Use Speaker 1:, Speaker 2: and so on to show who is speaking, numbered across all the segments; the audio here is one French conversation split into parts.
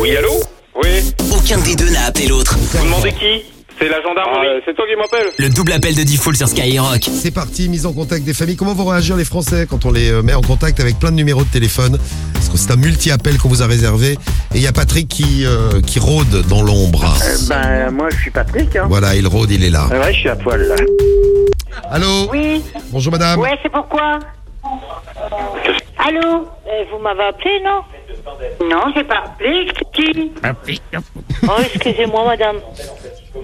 Speaker 1: Oui, allô Oui.
Speaker 2: Aucun des deux n'a appelé l'autre.
Speaker 1: Vous demandez qui C'est la
Speaker 3: Ah,
Speaker 1: gendarmerie.
Speaker 3: euh,
Speaker 1: c'est toi qui m'appelle
Speaker 2: Le double appel de Diffoul sur Skyrock.
Speaker 4: C'est parti, mise en contact des familles. Comment vont réagir les Français quand on les euh, met en contact avec plein de numéros de téléphone Parce que c'est un multi-appel qu'on vous a réservé. Et il y a Patrick qui, euh, qui rôde dans l'ombre.
Speaker 5: Ben, moi, je suis Patrick. Hein.
Speaker 4: Voilà, il rôde, il est là.
Speaker 5: Ouais. je suis à poil, là.
Speaker 4: Allô
Speaker 6: Oui,
Speaker 4: Bonjour madame.
Speaker 6: ouais, c'est pourquoi Allô Euh, Vous m'avez appelé, non Non, j'ai pas appelé, c'est qui Oh, excusez-moi, madame.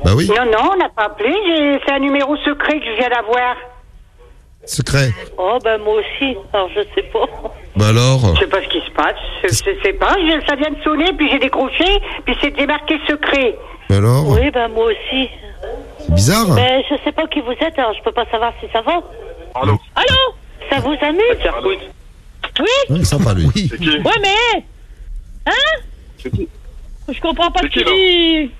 Speaker 4: Bah oui,
Speaker 6: Non, non, on n'a pas appelé, j'ai- c'est un numéro secret que je viens d'avoir.
Speaker 4: secret.
Speaker 6: Oh, ben moi aussi, alors je sais pas.
Speaker 4: Bah alors
Speaker 6: Je sais pas ce qui se passe, je je sais pas, je- ça vient de sonner, puis j'ai décroché, puis c'était marqué secret.
Speaker 4: Bah alors
Speaker 6: Oui, ben moi aussi.
Speaker 4: C'est bizarre.
Speaker 6: Ben, je sais pas qui vous êtes, alors je peux pas savoir si ça va.
Speaker 1: Allô
Speaker 6: Allô Ça vous amuse Oui
Speaker 4: Ouais, il est sympa lui.
Speaker 1: C'est qui
Speaker 7: Ouais, mais. hey Hein
Speaker 1: C'est qui
Speaker 7: Je comprends pas
Speaker 1: C'est
Speaker 7: ce
Speaker 1: qui,
Speaker 7: qu'il dit.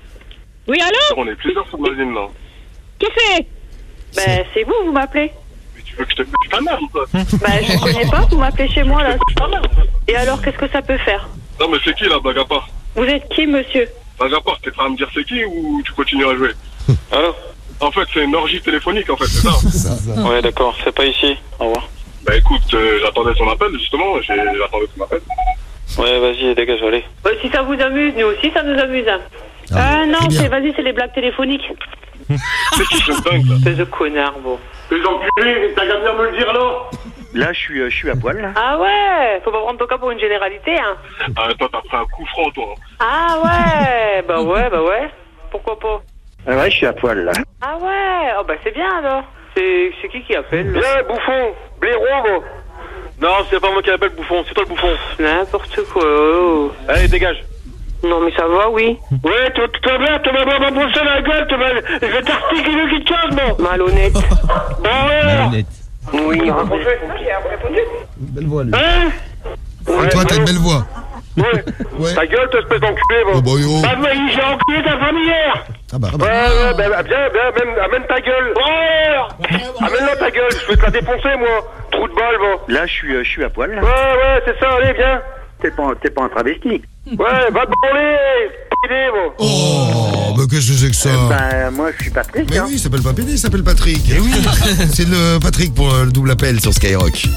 Speaker 7: Oui, allô
Speaker 1: On est plusieurs sur la ligne, là.
Speaker 7: Qui c'est
Speaker 8: Ben, c'est vous, vous m'appelez.
Speaker 1: Mais tu veux que je te couche ta mère ou quoi
Speaker 8: Ben, je connais pas, vous m'appelez chez moi, là. Et alors, qu'est-ce que ça peut faire
Speaker 1: Non, mais c'est qui, là, blague à part
Speaker 8: Vous êtes qui, monsieur
Speaker 1: Blague à part, t'es en train de me dire c'est qui ou tu continues à jouer Hein?
Speaker 3: Allô
Speaker 1: En fait, c'est une orgie téléphonique, en fait, c'est ça
Speaker 3: Ouais, d'accord, c'est pas ici. Au revoir.
Speaker 1: Bah écoute, euh, j'attendais son appel, justement, j'ai- j'attendais son appel.
Speaker 3: Ouais, vas-y, dégage, allez.
Speaker 8: Ben, Si ça vous amuse, nous aussi, ça nous amuse. hein.
Speaker 4: Ah,
Speaker 8: Ah
Speaker 4: c'est
Speaker 8: non,
Speaker 4: bien.
Speaker 8: c'est vas-y, c'est les blagues téléphoniques.
Speaker 1: C'est qui ce dingue, là
Speaker 8: Espèce de connard, bon.
Speaker 1: Les enculés, t'as qu'à bien me le dire, là
Speaker 5: Là, je suis, euh, je suis à poil, là.
Speaker 8: Ah ouais, faut pas prendre ton cas pour une généralité, hein.
Speaker 1: Ah, toi, t'as pris un coup franc, toi hein.
Speaker 8: Ah ouais, bah ouais, bah ouais. Pourquoi pas
Speaker 5: Ah ouais, je suis à poil, là.
Speaker 8: Ah ouais, oh bah c'est bien alors. C'est c'est qui qui appelle là
Speaker 3: Ouais, bouffon Blaireau, moi Non, c'est pas moi qui appelle bouffon, c'est toi le bouffon.
Speaker 8: N'importe quoi. oh.
Speaker 3: Allez, dégage.
Speaker 8: Non mais ça va, oui.
Speaker 3: Ouais, toi, toi, bien, tu vas m'embrasser la gueule, tu vas. Je vais t'articuler quelque chose, moi
Speaker 8: Malhonnête.
Speaker 3: Bah ouais
Speaker 8: Oui,
Speaker 4: Belle voix lui.
Speaker 3: Hein
Speaker 4: Et toi, t'as une belle voix.
Speaker 3: Ouais
Speaker 4: Ouais.
Speaker 3: Ta gueule, toi, espèce d'enculé, moi
Speaker 4: Oh, bah, yo.
Speaker 3: Bah, vas-y, j'ai enculé ta famille hier
Speaker 4: Ah bah. ah bah.
Speaker 3: Ouais, ouais, bah, bah, bien, bien, amène, amène ta gueule Ouais Amène-la ta gueule, je vais te la défoncer, moi Trou de balle, moi
Speaker 5: Là, je suis, euh, je suis à poil, là.
Speaker 3: Ouais, ouais, c'est ça, allez, viens
Speaker 5: T'es pas, t'es pas un travesti.
Speaker 3: Ouais, va te branler pédé, moi
Speaker 4: Oh, mais qu'est-ce que c'est que ça
Speaker 5: Ben, moi, je suis Patrick,
Speaker 4: Mais
Speaker 5: hein.
Speaker 4: oui, il s'appelle pas PD, il s'appelle Patrick. oui. c'est le Patrick pour euh, le double appel sur Skyrock.